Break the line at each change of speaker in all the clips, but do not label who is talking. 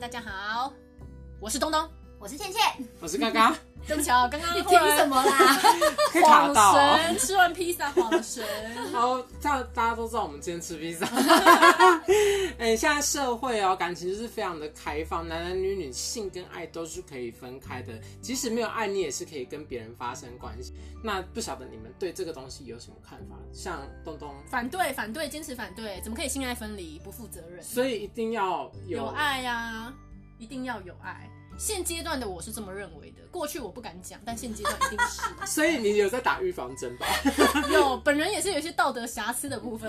大家好，我是东东。
我是倩倩，
我是嘎嘎，
对不起哦，刚 刚
凭什么 啦？
会卡
晃
到哦。
神？吃完披萨晃神。
然后这样大家都知道我们今天吃 披萨。嗯，现在社会哦，感情就是非常的开放，男男女女性跟爱都是可以分开的，即使没有爱，你也是可以跟别人发生关系。那不晓得你们对这个东西有什么看法？像东东，
反对，反对，坚持反对，怎么可以性爱分离？不负责任。
所以一定要有
有爱呀、一定要有爱。现阶段的我是这么认为的，过去我不敢讲，但现阶段一定 是
所以你有在打预防针吧？
有。本人也是有一些道德瑕疵的部 分。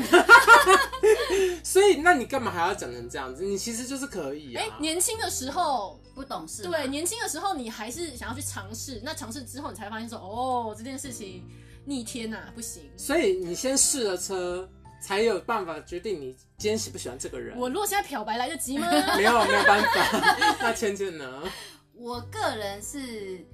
所以那你干嘛还要讲成这样子？你其实就是可以
哎、
啊。
年轻的时候，
不懂事吗，
对，年轻的时候你还是想要去尝试，那尝试之后你才发现说，哦，这件事情逆天呐、不行。
所以你先试了车，才有办法决定你今天喜不喜欢这个人。
我如果现在漂白来得 及吗？
没有没有办法。 那倩倩呢？
我个人是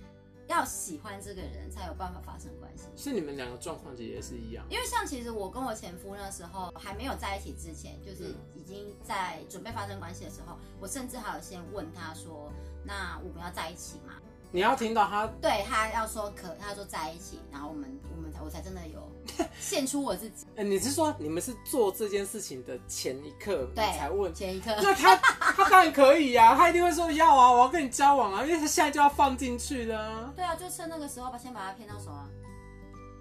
要喜欢这个人才有办法发生关系。
是你们两个状况其实也是一样，
嗯
因为像其实我跟我前夫那时候还没有在一起之前，就是已经在准备发生关系的时候，我甚至还有先问他说：“那我们要在一起吗
你要听到他？”
对他要说可，他说在一起，然后我们我们才我才真的有献出我自 己。
呃，你是说你们是做这件事情的前一刻你
对，
才问？
前一刻，
那他他当然可以啊，他一定会说要啊，我要跟你交往啊，因为他现在就要放进去的、啊。
对啊，就趁那个时候吧，先把他骗到手啊。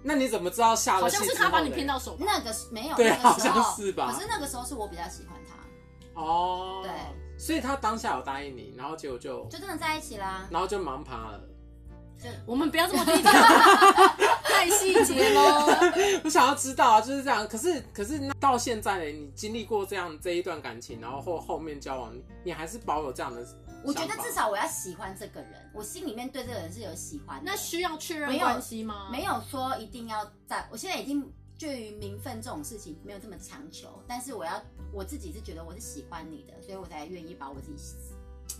那你怎么知道下
好
了
像
戏
是
之
他
后
把你
嘞
骗到手吧？
那个时没有，
对啊
那个时
好像
候
是吧
可是那个时候是我比较喜欢他，
哦？
对，
所以他当下有答应你，然后结果就
就真的在一起啦。
然后就忙爬了。
我们不要这么低调， 太细节喽。
我想要知道啊，就是这样。可是可是那到现在嘞，你经历过这样这一段感情，然后后后面交往，你你还是保有这样的想法？
我觉得至少我要喜欢这个人，我心里面对这个人是有喜欢的。
那需要确认
没有
关系吗？
没有说一定要在，我现在已经对于名分这种事情没有这么强求，但是我要我自己是觉得我是喜欢你的，所以我才愿意把我自己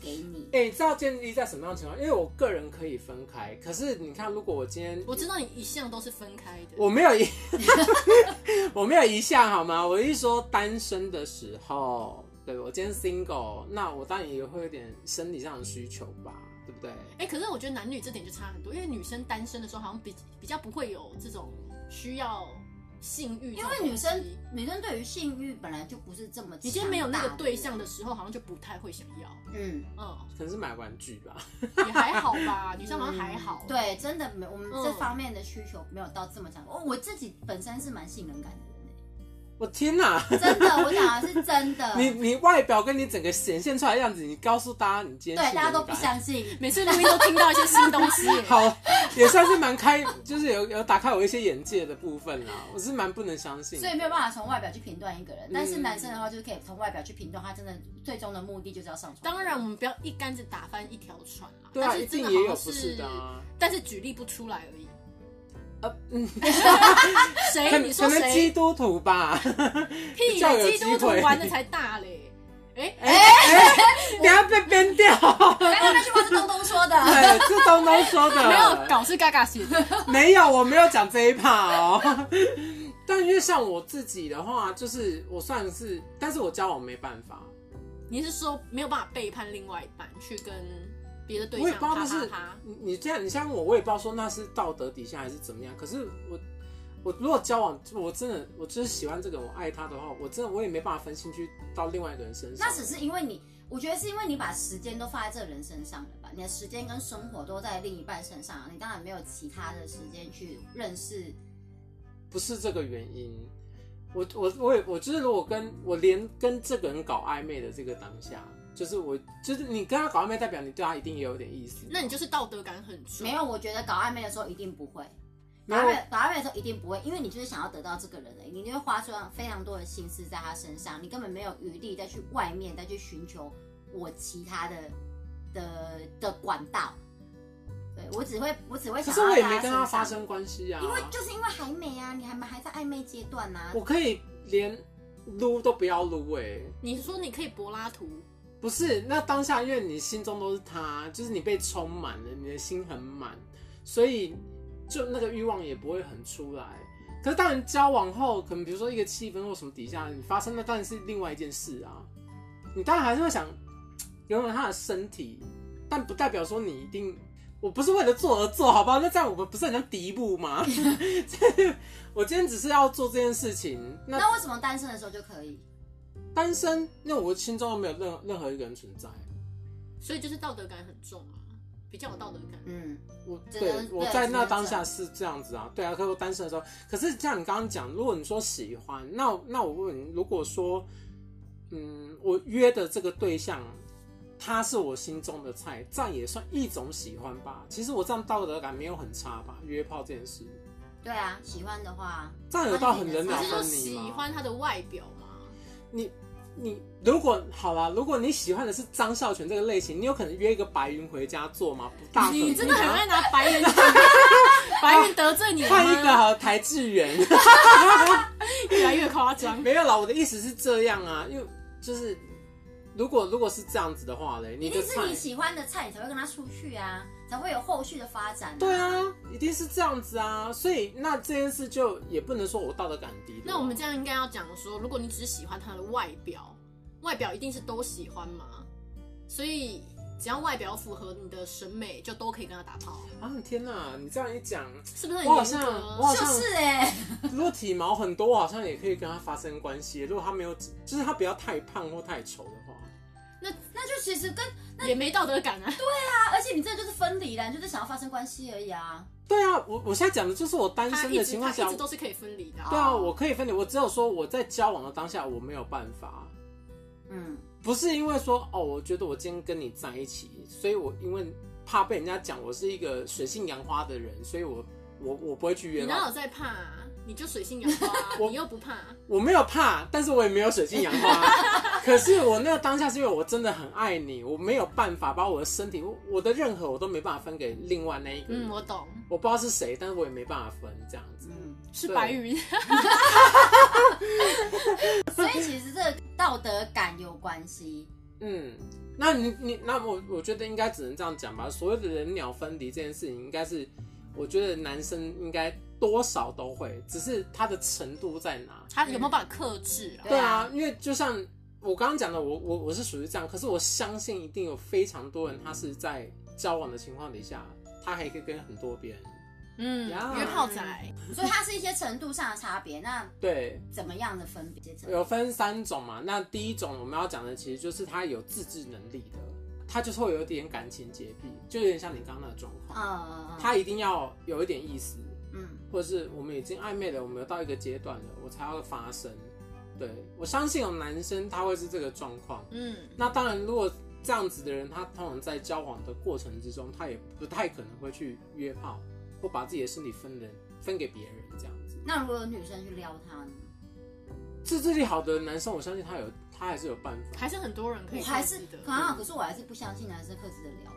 给你。
哎、你知道建立在什么样的情况？因为我个人可以分开，可是你看，如果我今天
我知道你一向都是分开的。
我没有一 我没有一项好吗？我一说单身的时候，对我今天 single，那我当然也会有点生理上的需求吧，对不对？
哎、可是我觉得男女这点就差很多，因为女生单身的时候好像比比较不会有这种需要性欲这
因
种东西，
为女生女生对于性欲本来就不是这么，
你今天没有那个对象，的时候，好像就不太会想要。
嗯，
嗯，
可能是买玩具吧。
也还好吧，女生好像还好。，
对，真的没，我们
嗯
这方面的需求没有到这么强。哦，我自己本身是蛮性冷感的
我天 哪！
人欸，真的，我讲的是真的。
你你外表跟你整个显现出来的样子，你告诉大家你今
对
天性
大家都
冷
不
感
相信，
每次录音都听到一些新东 西。
好，也算是蛮开， 就是有有打开我一些眼界的部分啦。我是蛮不能相信，
所以没有
法。
办法从外表去评断一个人。
嗯
但是男生的话，就是可以从外表去评断他真的最终的目的就是要上床。
当然，我们不要一竿子打翻一条船啦。
对啊，
但
一
是真
定
的
也
好
有
像
不
是
是的啊。
但是举例不出来而已。
呃， 嗯，可
谁？哎你说
可能基
谁？
督徒吧。
屁
比
啦
较！有
基督
机
徒
会
玩的才大 嘞。哎、
哎哎，等下被编掉。哎
刚刚哎那句话是东东 说的，
对，是东东说的。
没有，稿是嘎嘎写的。
没有，我没有讲这一趴哦。 但因为像我自己的话，就是我算是，但是我交往没办法。
你是说没有办法背叛另外一半去跟别的对
我也
象
不知
啪
道那
啪
是
啪？
你你这样，你像我，我也不知道说那是道德底线还是怎么样。可是我我如果交往，我真的我就是喜欢这个人，我爱他的话，我真的我也没办法分心去到另外一个人身上。
那只是因为你，我觉得是因为你把时间都放在这人身上了吧？你的时间跟生活都在另一半身上，你当然没有其他的时间去认识。
不是这个原因。我我我也我就是如果跟我连跟这个人搞暧昧的这个当下，就是我就是你跟他搞暧昧，代表你对他一定也有点意思。
那你就是道德感很重。啊
没有，我觉得搞暧昧的时候一定不会。搞
没有
暧昧，搞暧昧的时候一定不会，因为你就是想要得到这个人的，你就会花出非常多的心思在他身上，你根本没有余力再去外面再去寻求我其他的的的管道。对我只会，我只会
可
想
是
要
我也
在
没跟他
身
发
上
生关系啊，
因为就是因为还没啊，你还没还在暧昧阶段啊呐、
我可以连撸都不要撸哎、
你是说你可以柏拉图，
不是，那当下因为你心中都是他，就是你被充满了，你的心很满，所以就那个欲望也不会很出来。可是当然交往后，可能比如说一个气氛或什么底下你发生，那当然是另外一件事啊。你当然还是会想，拥有他的身体，但不代表说你一定，我不是为了做而做，好不好？那这样我们不是很像敌步吗？ 我今天只是要做这件事情，那
那为什么单身的时候就可以？
单身，那我心中没有任任何一个人存在。
所以就是道德感很重啊，比较有道德感。
嗯，
我
真
对
的
我
对
在
真
那
的
当
是
下是这样子啊，对啊，可是我单身的时候，可是像你刚刚讲，如果你说喜欢，那那我问你，如果说，嗯，我约的这个对象，他是我心中的菜，这样也算一种喜欢吧？其实我这样道德感没有很差吧？约炮这件事，
对啊，喜欢的话，
这样有到很人
啊你
两
是说
啊分
喜
离吗？
欢他的外表吗？
你你如果好啦，如果你喜欢的是张孝全这个类型，你有可能约一个白云回家做吗？不大可能啊。
你真的很爱拿白 人，白人得罪你了
换一个
吗？
好台志远。
越来越夸张。
没有啦，我的意思是这样啊，因为就是如果如果是这样子的话嘞，
一
你的
定是
菜
你喜欢的菜，你才会跟他出去啊，才会有后续的发展、
对，啊，一定是这样子啊，所以那这件事就也不能说我道德感低落啊。
那我们这样应该要讲说，如果你只是喜欢他的外表，外表一定是都喜欢嘛，所以只要外表符合你的审美，就都可以跟他打炮，
啊天哪，你这样一讲，
是不是很
我好
严
像
格啊
我？好
就
像，
是哎、
如果体毛很多，我好像也可以跟他发生关系。如果他没有，就是他不要太胖或太丑的话，
那就其实跟
也没道德感啊。
他，而且你这就是分离了，你就是想要发生关系而已啊。
对啊，我我现在讲的就是我单
他
身
一
的
直
情
他
况下
一直，都是可以分离的啊、
对啊，我可以分离，我只有说我在交往的当下我没有办法。
嗯，
不是因为说哦，我觉得我今天跟你在一起，所以我因为怕被人家讲我是一个水性杨花的人，所以我我我不会去
你
约
哪
炮。
有在怕、啊？你就水性杨花啊、
我嗯
你又不怕、
我没有怕，但是我也没有水性杨 花。可是我那个当下是因为我真的很爱你，我没有办法把我的身体、我我的任何我都没办法分给另外那一个人。
嗯，我懂，
我不知道是谁，但是我也没办法分这样子。
嗯
是
对
白云。
所以其实这个道德感有关系。
嗯，那你你那我我觉得应该只能这样讲吧。所谓的人鸟分离这件事情，应该是我觉得男生应该多少都会，只是他的程度在哪。
他有没有办法克制啊？
对
对
啊
啊，因为就像我刚刚讲的，我我我是属于这样，可是我相信一定有非常多人，他是在交往的情况底下，他还可以跟很多别人。
嗯，
呀
约炮仔，
所以它是一些程度上的差别。那
对，
怎么样的分别？
有分三种嘛。那第一种我们要讲的，其实就是他有自制能力的，他就是会有一点感情洁癖，就有点像你刚刚那个状况。
呃，
嗯
他一定要有一点意思，
嗯，
或者是我们已经暧昧了，我们有到一个阶段了，我才要发生。对我相信有男生他会是这个状况。
嗯，
那当然，如果这样子的人，他通常在交往的过程之中，他也不太可能会去约炮或把自己的身体分人分给别人这样子。
那如果有女生去撩他呢？
自制力好的男生，我相信他有，他还是有办法。
还是很多人可以
我
克
还是
制的。
可啊，可是我还是不相信男生克制得了。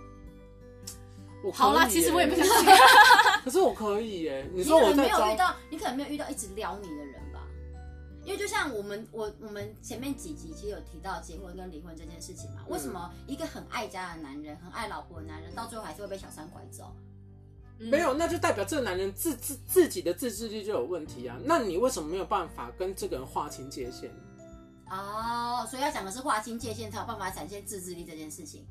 我可以
好啦，
耶
其实我也 不想，信。
可是我可以耶。你
你
说
可
我
能
在
没有遇
招，
到，你可能没有遇到一直撩你的人吧？因为就像我们我我们前面几集其实有提到结婚跟离婚这件事情嘛，为什么一个很爱家的男人、很爱老婆的男人，到最后还是会被小三拐走？
嗯
没有，那就代表这个男人自自自己的自制力就有问题啊。那你为什么没有办法跟这个人划清界限？
哦，所以要讲的是划清界限，才有办法展现自制力这件事情。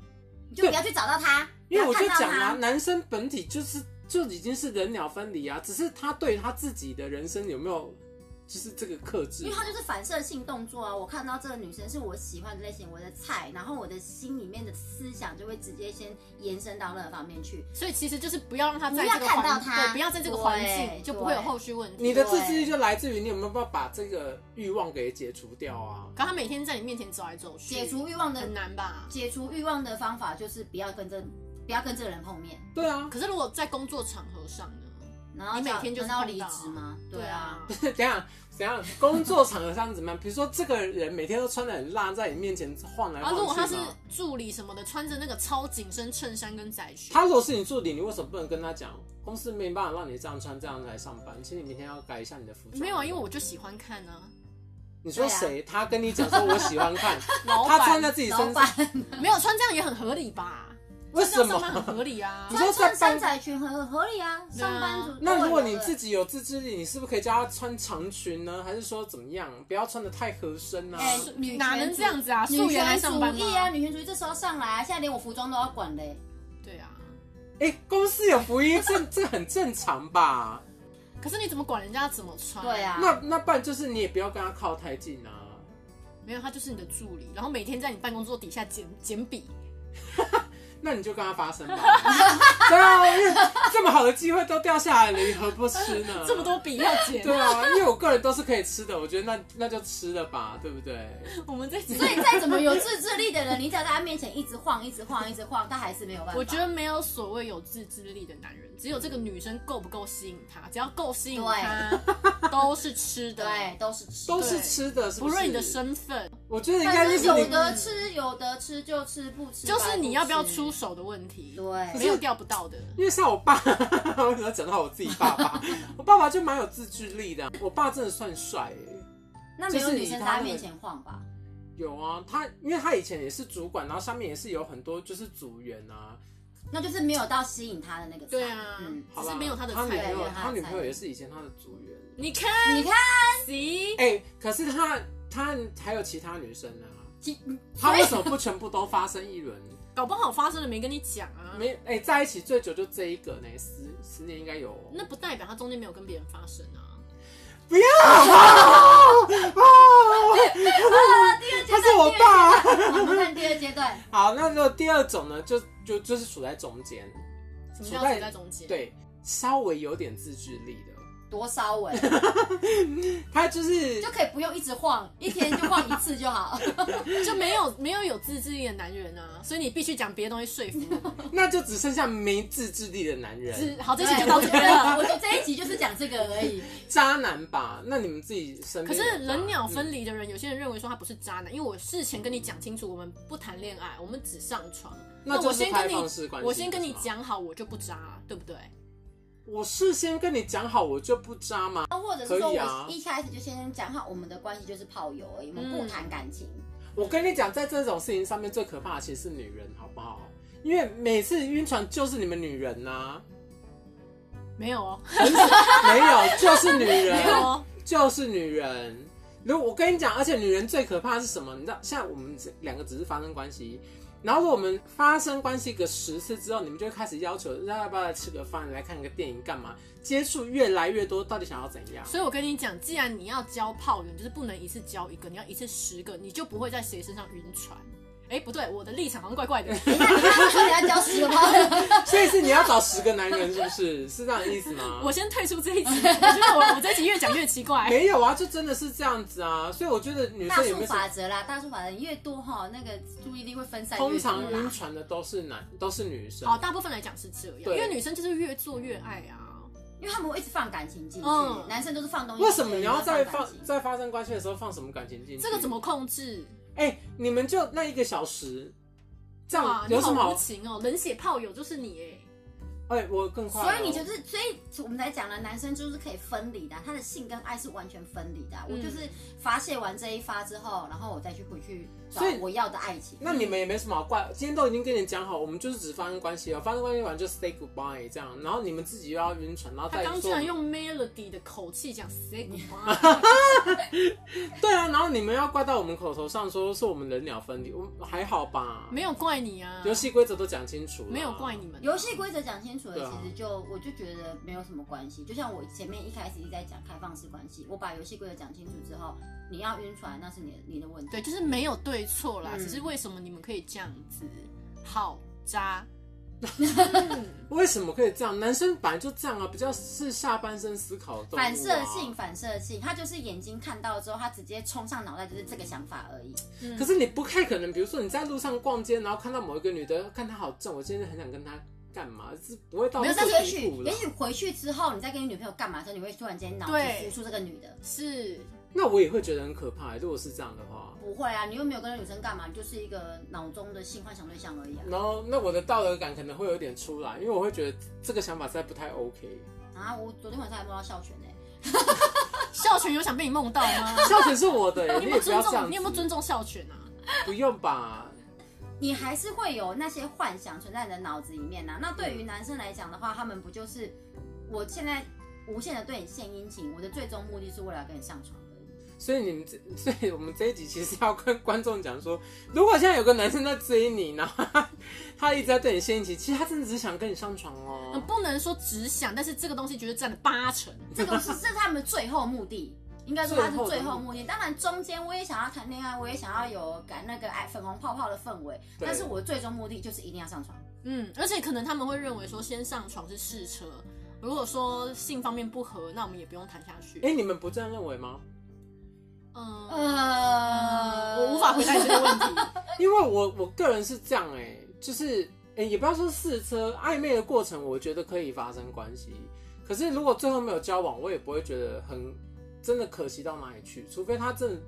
你就不要去找到他，
因为我就
不要看到
讲啊，
他。
男生本体就是就已经是人鸟分离啊，只是他对他自己的人生有没有就是这个克制
因为？他就是反射性动作啊！我看到这个女生是我喜欢的类型，我的菜，然后我的心里面的思想就会直接先延伸到那个方面去。
所以其实就是不要让他在
不要
这个
看
环
到他
对，不要在这个环
对
境，就不会有后续问
你
题。
的自制力就来自于你有没有办法把这个欲望给解除掉啊？
可他每天在你面前走来走去，
解除欲望的
很难吧？
解除欲望的方法就是不要跟这不要跟这个人碰面，
对啊，
可是如果在工作场合上呢？
然后
你每
叫
天就是
难道
碰
离
到啊
职吗？
对啊，，
等一下等一下，工作场合上怎么样？比如说这个人每天都穿的很辣，在你面前晃来
啊，如果
晃
他
去
是
嘛。
助理什么的，穿着那个超紧身衬衫跟窄裙，
他如果是你助理，你为什么不能跟他讲？公司没办法让你这样穿这样来上班，请你明天要改一下你的服装。
没有啊，因为我就喜欢看啊。
你说谁？他跟你讲说我喜欢看，
老
他
板
穿在自己
老
身上
板，
没有穿这样也很合理吧？
为什
这样上班
么？
很合理啊
你？说在
穿
办
三窄裙很合理啊，
对啊
上班族。
那如果你
偶尔
自己有自制力，你是不是可以叫他穿长裙呢？还是说怎么样？不要穿的太合身啊？
哎女权
哪能这样子啊？素
女
颜来
权
上
主
班
义啊，
吗？
女权主义这时候上来啊，现在连我服装都要管嘞、
对啊，
哎、公司有福音，这这很正常吧？
可是你怎么管人家怎么穿？
对，啊，
那那不然就是你也不要跟他靠太近啊。
没有，他就是你的助理，然后每天在你办公桌底下捡捡笔，
那你就跟他发生吧。 对啊，因为这么好的机会都掉下来了，你何不吃呢？
这么多。笔要捡。
对啊，因为我个人都是可以吃的，我觉得那那就吃了吧，对不对？
我们这集
所以再怎么有自制力的人，你只要在他面前一直晃、一直晃、一直晃，他还是没有办法。
我觉得没有所谓有自制力的男人，只有这个女生够不够吸引他，只要够吸引他，都是吃的。
对，都是吃。
都是吃的，是
不
是？
论你的身份，
我觉得应
反
该就
正
是
有
你，
的吃，有的吃就吃，不吃
就是你要不要
白吃
出手的问题，
对
没有钓不到的。
因为像我爸， 我怎么讲到我自己爸 爸？我爸爸就蛮有自制力的，我爸真的算帅耶、
那没有
就是
女
以
生
他
在他
那个
面前晃吧？
有啊，他因为他以前也是主管，然后上面也是有很多就是组员啊。
那就是没有到吸引他的那个菜。
对啊
嗯，
好
只
吧
是没有他的
他女
菜
朋
而
友
已。
对
他
他
女
的菜
朋友也是以前他的组员。
你看，
你看，
行，
哎、可是他他还有其他女生啊，
其
他为什么不全部都发生一轮？
搞不好发生了没跟你讲啊，
没哎、在一起最久就这一个呢，十十年应该有、哦。
那不代表他中间没有跟别人发生啊。
不要啊！啊他是我爸。
我们看第二阶段，
好，那就第二种呢，就就就是处在中间，
什么
处
叫处在中间？，
对，稍微有点自制力的，
多稍微
他就是
就可以不用一直晃，一天就晃一次就好。
就没有没有有自制力的男人啊，所以你必须讲别的东西说服 我们。
那就只剩下没自制力的男人，
是好， 这
对
期就到
我
这
觉
边了
得，。我觉得这一集就是讲这个而已。
渣男吧？那你们自己身
可
边
是
有吧，
人鸟
嗯
分离的人，有些人认为说他不是渣男，因为我事前跟你讲清楚，我们不谈恋爱，我们只上床。
那
我
就是
先跟
开
你
放式关，系
我先跟你
不是吗
讲好，我就不渣，啊对不对？
我事先跟你讲好，我就不渣嘛。
或者是说
可以啊
我一开始就先讲好，我们的关系就是炮友而已，我们
嗯
不谈感情。
我跟你讲，在这种事情上面最可怕的其实是女人，好不好？因为每次晕船就是你们女人啊呐、
没有哦，
没有就是女人，
没有哦，
就是女人。如果我跟你讲，而且女人最可怕的是什么？你知道，现在我们只两个只是发生关系，然后如果我们发生关系个十次之后，你们就会开始要求要不要来吃个饭，来看个电影，干嘛？接触越来越多，到底想要怎 样？
所以我跟你讲，既然你要交炮友，你就是不能一次交一个，你要一次十个，你就不会在谁身上晕船。哎，不对，我的立场好像怪怪 的。
你看他说你要交十个炮友，
所以是你要找十个男人，是不是？是这样的意思吗？
我哎先退出这一集，我觉得我我这一集越讲越奇怪。
没有啊，就真的是这样子啊。所以我觉得女
大
生也
数
没什么
法则啦，大数法则你越多哈，那个注意力会分散
通
越多
常晕
啦。
船的都是男，都是女生。
哦，大部分来讲是这样，因
对
为女生就是越做越爱啊。
因为他们会一直放感情进去，
嗯
男生都是放东西进
为
去。
什么你要在
放
放
感情？
在发生关系的时候放什么感情进去？
这个怎么？控制？
哎、你们就那一个小时，这
哇
样，
你
有
好
什么
无
好？
情哦，冷血炮友就是你哎。
哎、我更快哦、
所以你就是，所以我们才讲了，男生就是可以分离的啊，他的性跟爱是完全分离的啊。
嗯
我就是发泄完这一发之后，然后我再去回去找
所以
我要的爱情。
那你们也没什么好怪。今天都已经跟你讲好，我们就是只发生关系哦，发生关系完就 say goodbye 这样，然后你们自己又要晕船，然后
他
再
刚居
说
然用 melody 的口气讲 say goodbye，
对啊，然后你们要怪到我们口头上说是我们人鸟分离，我还好吧？
没有怪你啊，
游戏规则都讲清楚，
没有怪你。们啊，
游戏规则讲清楚
对
了，
啊
其实就我就觉得没有什么关系。就像我前面一开始一直在讲开放式关系，我把游戏规则讲清楚之后，你要晕船那是你的你的问题。
对，就是没有对错啦，
嗯
只是为什么你们可以这样子好渣？嗯
为什么可以这样？男生本来就这样啊，比较是下半身思考的动物、啊。
反射性，反射性，他就是眼睛看到之后，他直接冲上脑袋，就是这个想法而已。
嗯
可是你不太可能，比如说你在路上逛街，然后看到某一个女的，看她好正，我今天很想跟她干嘛，是不会到
没有
这
但
个
是也
地
许
步了
也。许回去之后，你再跟你女朋友干嘛的时候，你会突然间脑子
对
浮出这个女的。
是
那我也会觉得很可怕、如果是这样的话，
不会啊，你又没有跟女生干嘛，你就是一个脑中的性幻想对象而已啊。
然后那我的道德感可能会有点出来，因为我会觉得这个想法实在不太 OK。
啊，我昨天晚上还梦到孝全呢、
孝全有想被你梦到吗？
孝全是我的、
你有没
你
有
也不要
尊
这样子
重？你有没有尊重孝全啊？
不用吧？
你还是会有那些幻想存在你的脑子里面呐、啊那对于男生来讲的话，他们不就是我现在无限的对你献殷勤，我的最终目的是为了要跟你上床而已。
所以你们这，所以我们这一集其实要跟观众讲说，如果现在有个男生在追你，然后他 他一直在对你献殷勤，其实他真的只是想跟你上床
嗯
哦。
不能说只想，但是这个东西绝对占了八成。
这个是这是他们的最后目的，应该说他是
最后的
最
目
后
的
目的。当然中间我也想要谈恋爱，我也想要有感那个爱粉红泡泡的氛围，
对
但是我最终目的就是一定要上床。
嗯，而且可能他们会认为说先上床是试车，如果说性方面不合，那我们也不用谈下去。
哎、你们不这样认为吗？
嗯、
呃，
我无法回答你这个问题。
因为我我个人是这样哎、就是哎、也不要说试车暧昧的过程，我觉得可以发生关系。可是如果最后没有交往，我也不会觉得很真的可惜到哪里去，除非他真的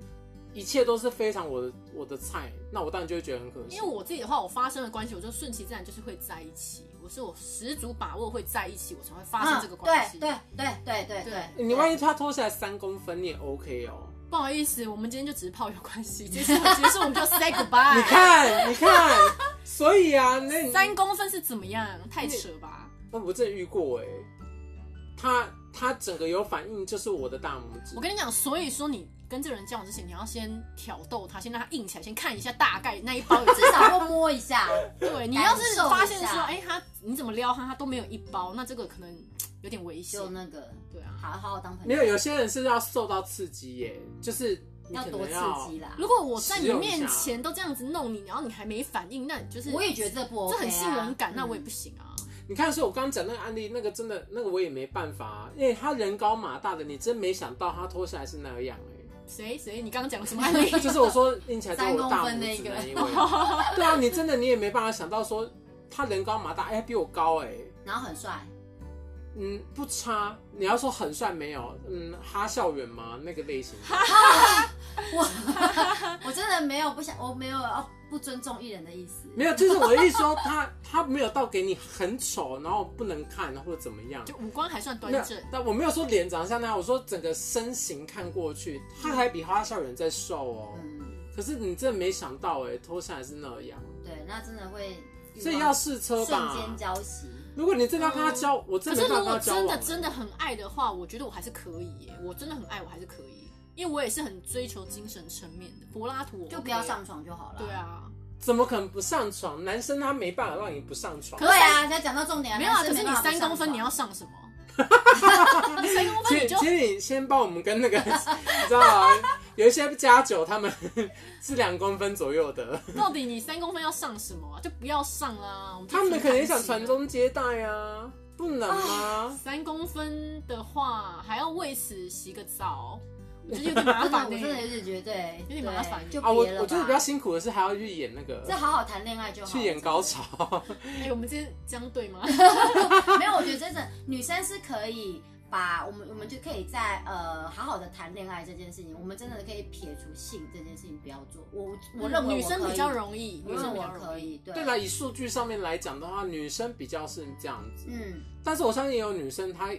一切都是非常我的我的菜，那我当然就会觉得很可惜。
因为我自己的话，我发生了关系，我就顺其自然就是会在一起。我是我十足把握会在一起，我才会发生这个关系。
嗯、对对对对对对，
你万一他脱下来三公分，你也 OK 哦。
不好意思，我们今天就只是炮友关系，结束结束我们就 say goodbye。
你看，你看，所以啊，那你
哎三公分是怎么样？太扯吧！
那我真的遇过哎、他他整个有反应就是我的大拇指
我。跟你讲，所以说你跟这个人交往之前，你要先挑逗他，先让他硬起来，先看一下大概那一包有
至少会摸一下。
对你要是
感受一下
发现说，哎、他你怎么撩他，他都没有一包，那这个可能嘖有点危险
就。那个
对啊，
好好当朋
没
友，
有，有些人是要受到刺激耶、就是你
要
可
多
能
刺
要
激啦。
如果我在
使
你
用一下
面前都这样子弄你，然后你还没反应，那你就是
我也觉得这不 OK，、
这
啊、
很性冷感，那我也
嗯
不行啊。
你看，所以我刚刚讲那个案例，那个真的，那个我也没办法、啊，因为他人高马大的，你真没想到他脱下来是那样 哎、
谁谁，你刚刚讲了什么案例？
就是我说硬起来就是我的大拇
三公分那
指
一个
那一位，对啊，你真的你也没办法想到说他人高马大，哎、比我高哎、
然后很帅，
嗯，不差。你要说很帅没有，嗯，哈校园吗？那个类型，
我真的没有不想，我没有要不尊重艺人的意思。
没有，就是我的意思说他他没有到给你很丑，然后不能看或者怎么 样。
就五官还算端
没有
正，，
但我没有说脸长相那样，我说整个身形看过去，
嗯
他还比哈校园在瘦哦。
嗯，
可是你真的没想到哎、脱下来是那样，
嗯
对，那真的会欲望
所以要试车
瞬
吧。
间交集。
如果你真的要跟他交，我
嗯
真
可是
的没
如
办
果
法跟他交往
真
欸、
的真的很爱的话，我觉得我还是可以耶，我真的很爱，我还是可以，因为我也是很追求精神层面的。柏拉图我
就
OK
不要上。床就好了。
对，啊，
怎么可能不上床？男生他没办法让你不上床。
对啊，现在讲到重点啊，
没有啊，可是
男生
你
办法
三
不
公分
上
你要
床
上什 么？你三公分
请
你就
请你先帮我们跟 那个，你知道啊，有一些加酒他们是两公分左右 的，
到底你三公分要上什么啊？就不要上啦。我就
他们可能也
平常
想
心
传宗接代啊，不能吗？
三公分的话，还要为此洗个澡，我觉得有点麻烦欸
真的，我
呢、
真的有点觉得对，
有点麻烦
对就
啊，我
别了吧。
我觉得比较辛苦的是还要去演那个，
这好好谈恋爱就好。
去演高潮，
哎、我们今天这样对吗？
没有，我觉得真的女生是可以把我们，我们就可以在呃好好的谈恋爱这件事情，我们真的可以撇除性这件事情不要做。我我认
嗯
为
女
我可以
生比较，容易，
我
女生
认
比
为
较
我可
容易。
以，对
对啦，以数据上面来讲的话，女生比较是这样子，
嗯，
但是我相信也有女生她，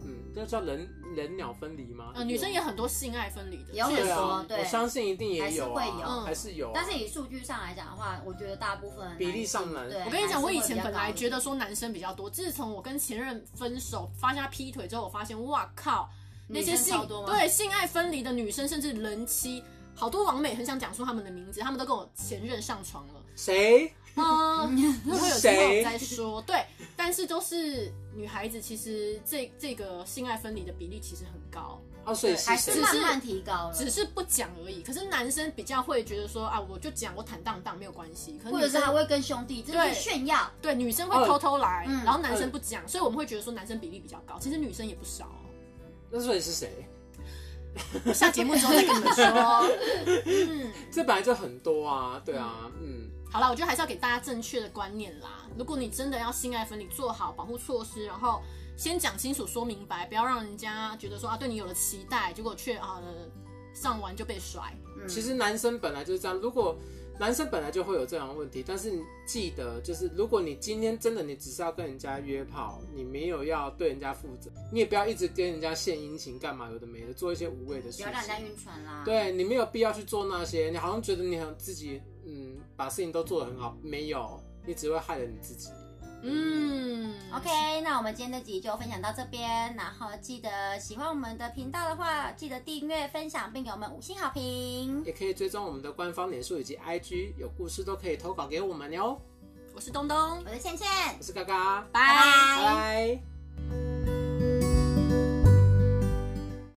嗯，那叫人人鸟分离吗？
呃，女生也很多性爱分离的，
有很
确
对
实
啊
多，对
我相信一定也有
还是会有
啊，还是有啊，
但是以数据上来讲的话，我觉得大部分
比例上来
对，
我跟你讲，我以前本来觉
得
得说男生比较多，自从我跟前任分手，发现他劈腿之后，我发现哇靠，那些性
超多吗？
对性爱分离的女生，甚至人妻，好多网美很想讲出他们的名字，他们都跟我前任上床了。
谁？
嗯，如果有机会
谁
我再说。对，但是就是女孩子其实这这个性爱分离的比例其实很高，
哦，所以
还
谁
是？慢慢提高了，
只是不讲而已。可是男生比较会觉得说啊，我就讲，我坦荡荡没有关系。可
或
女
者是
生
还会跟兄弟，这
对
是炫耀。
对女生会偷偷来，
嗯
然后男生不讲，所以我们会觉得说男生比例比较高，其实女生也不 少哦。
那所以是谁？
我下节目之后再跟你们 说。嗯，
这本来就很多啊，对啊，嗯，
好啦，我觉得还是要给大家正确的观念啦。如果你真的要性爱分离，做好保护措施，然后先讲清楚、说明白，不要让人家觉得说啊对你有了期待，结果却啊、呃上完就被甩。
嗯
其实男生本来就是这样，如果男生本来就会有这样的问题，但是你记得，就是如果你今天真的你只是要跟人家约炮，你没有要对人家负责，你也不要一直跟人家献殷勤干嘛，有的没的，做一些无谓的
不
事
要让人家啊
情。
晕船啦。
对你没有必要去做那些，你好像觉得你很自己嗯把事情都做得很好，没有，你只会害了你自己。
嗯
OK，那我们今天这集就分享到这边，然后记得喜欢我们的频道的话，记得订阅、分享，并给我们五星好评。
也可以追踪我们的官方脸书以及 IG，有故事都可以投稿给我们哟。
我是东东
我，是倩倩，
我是嘎嘎，
拜
拜
拜。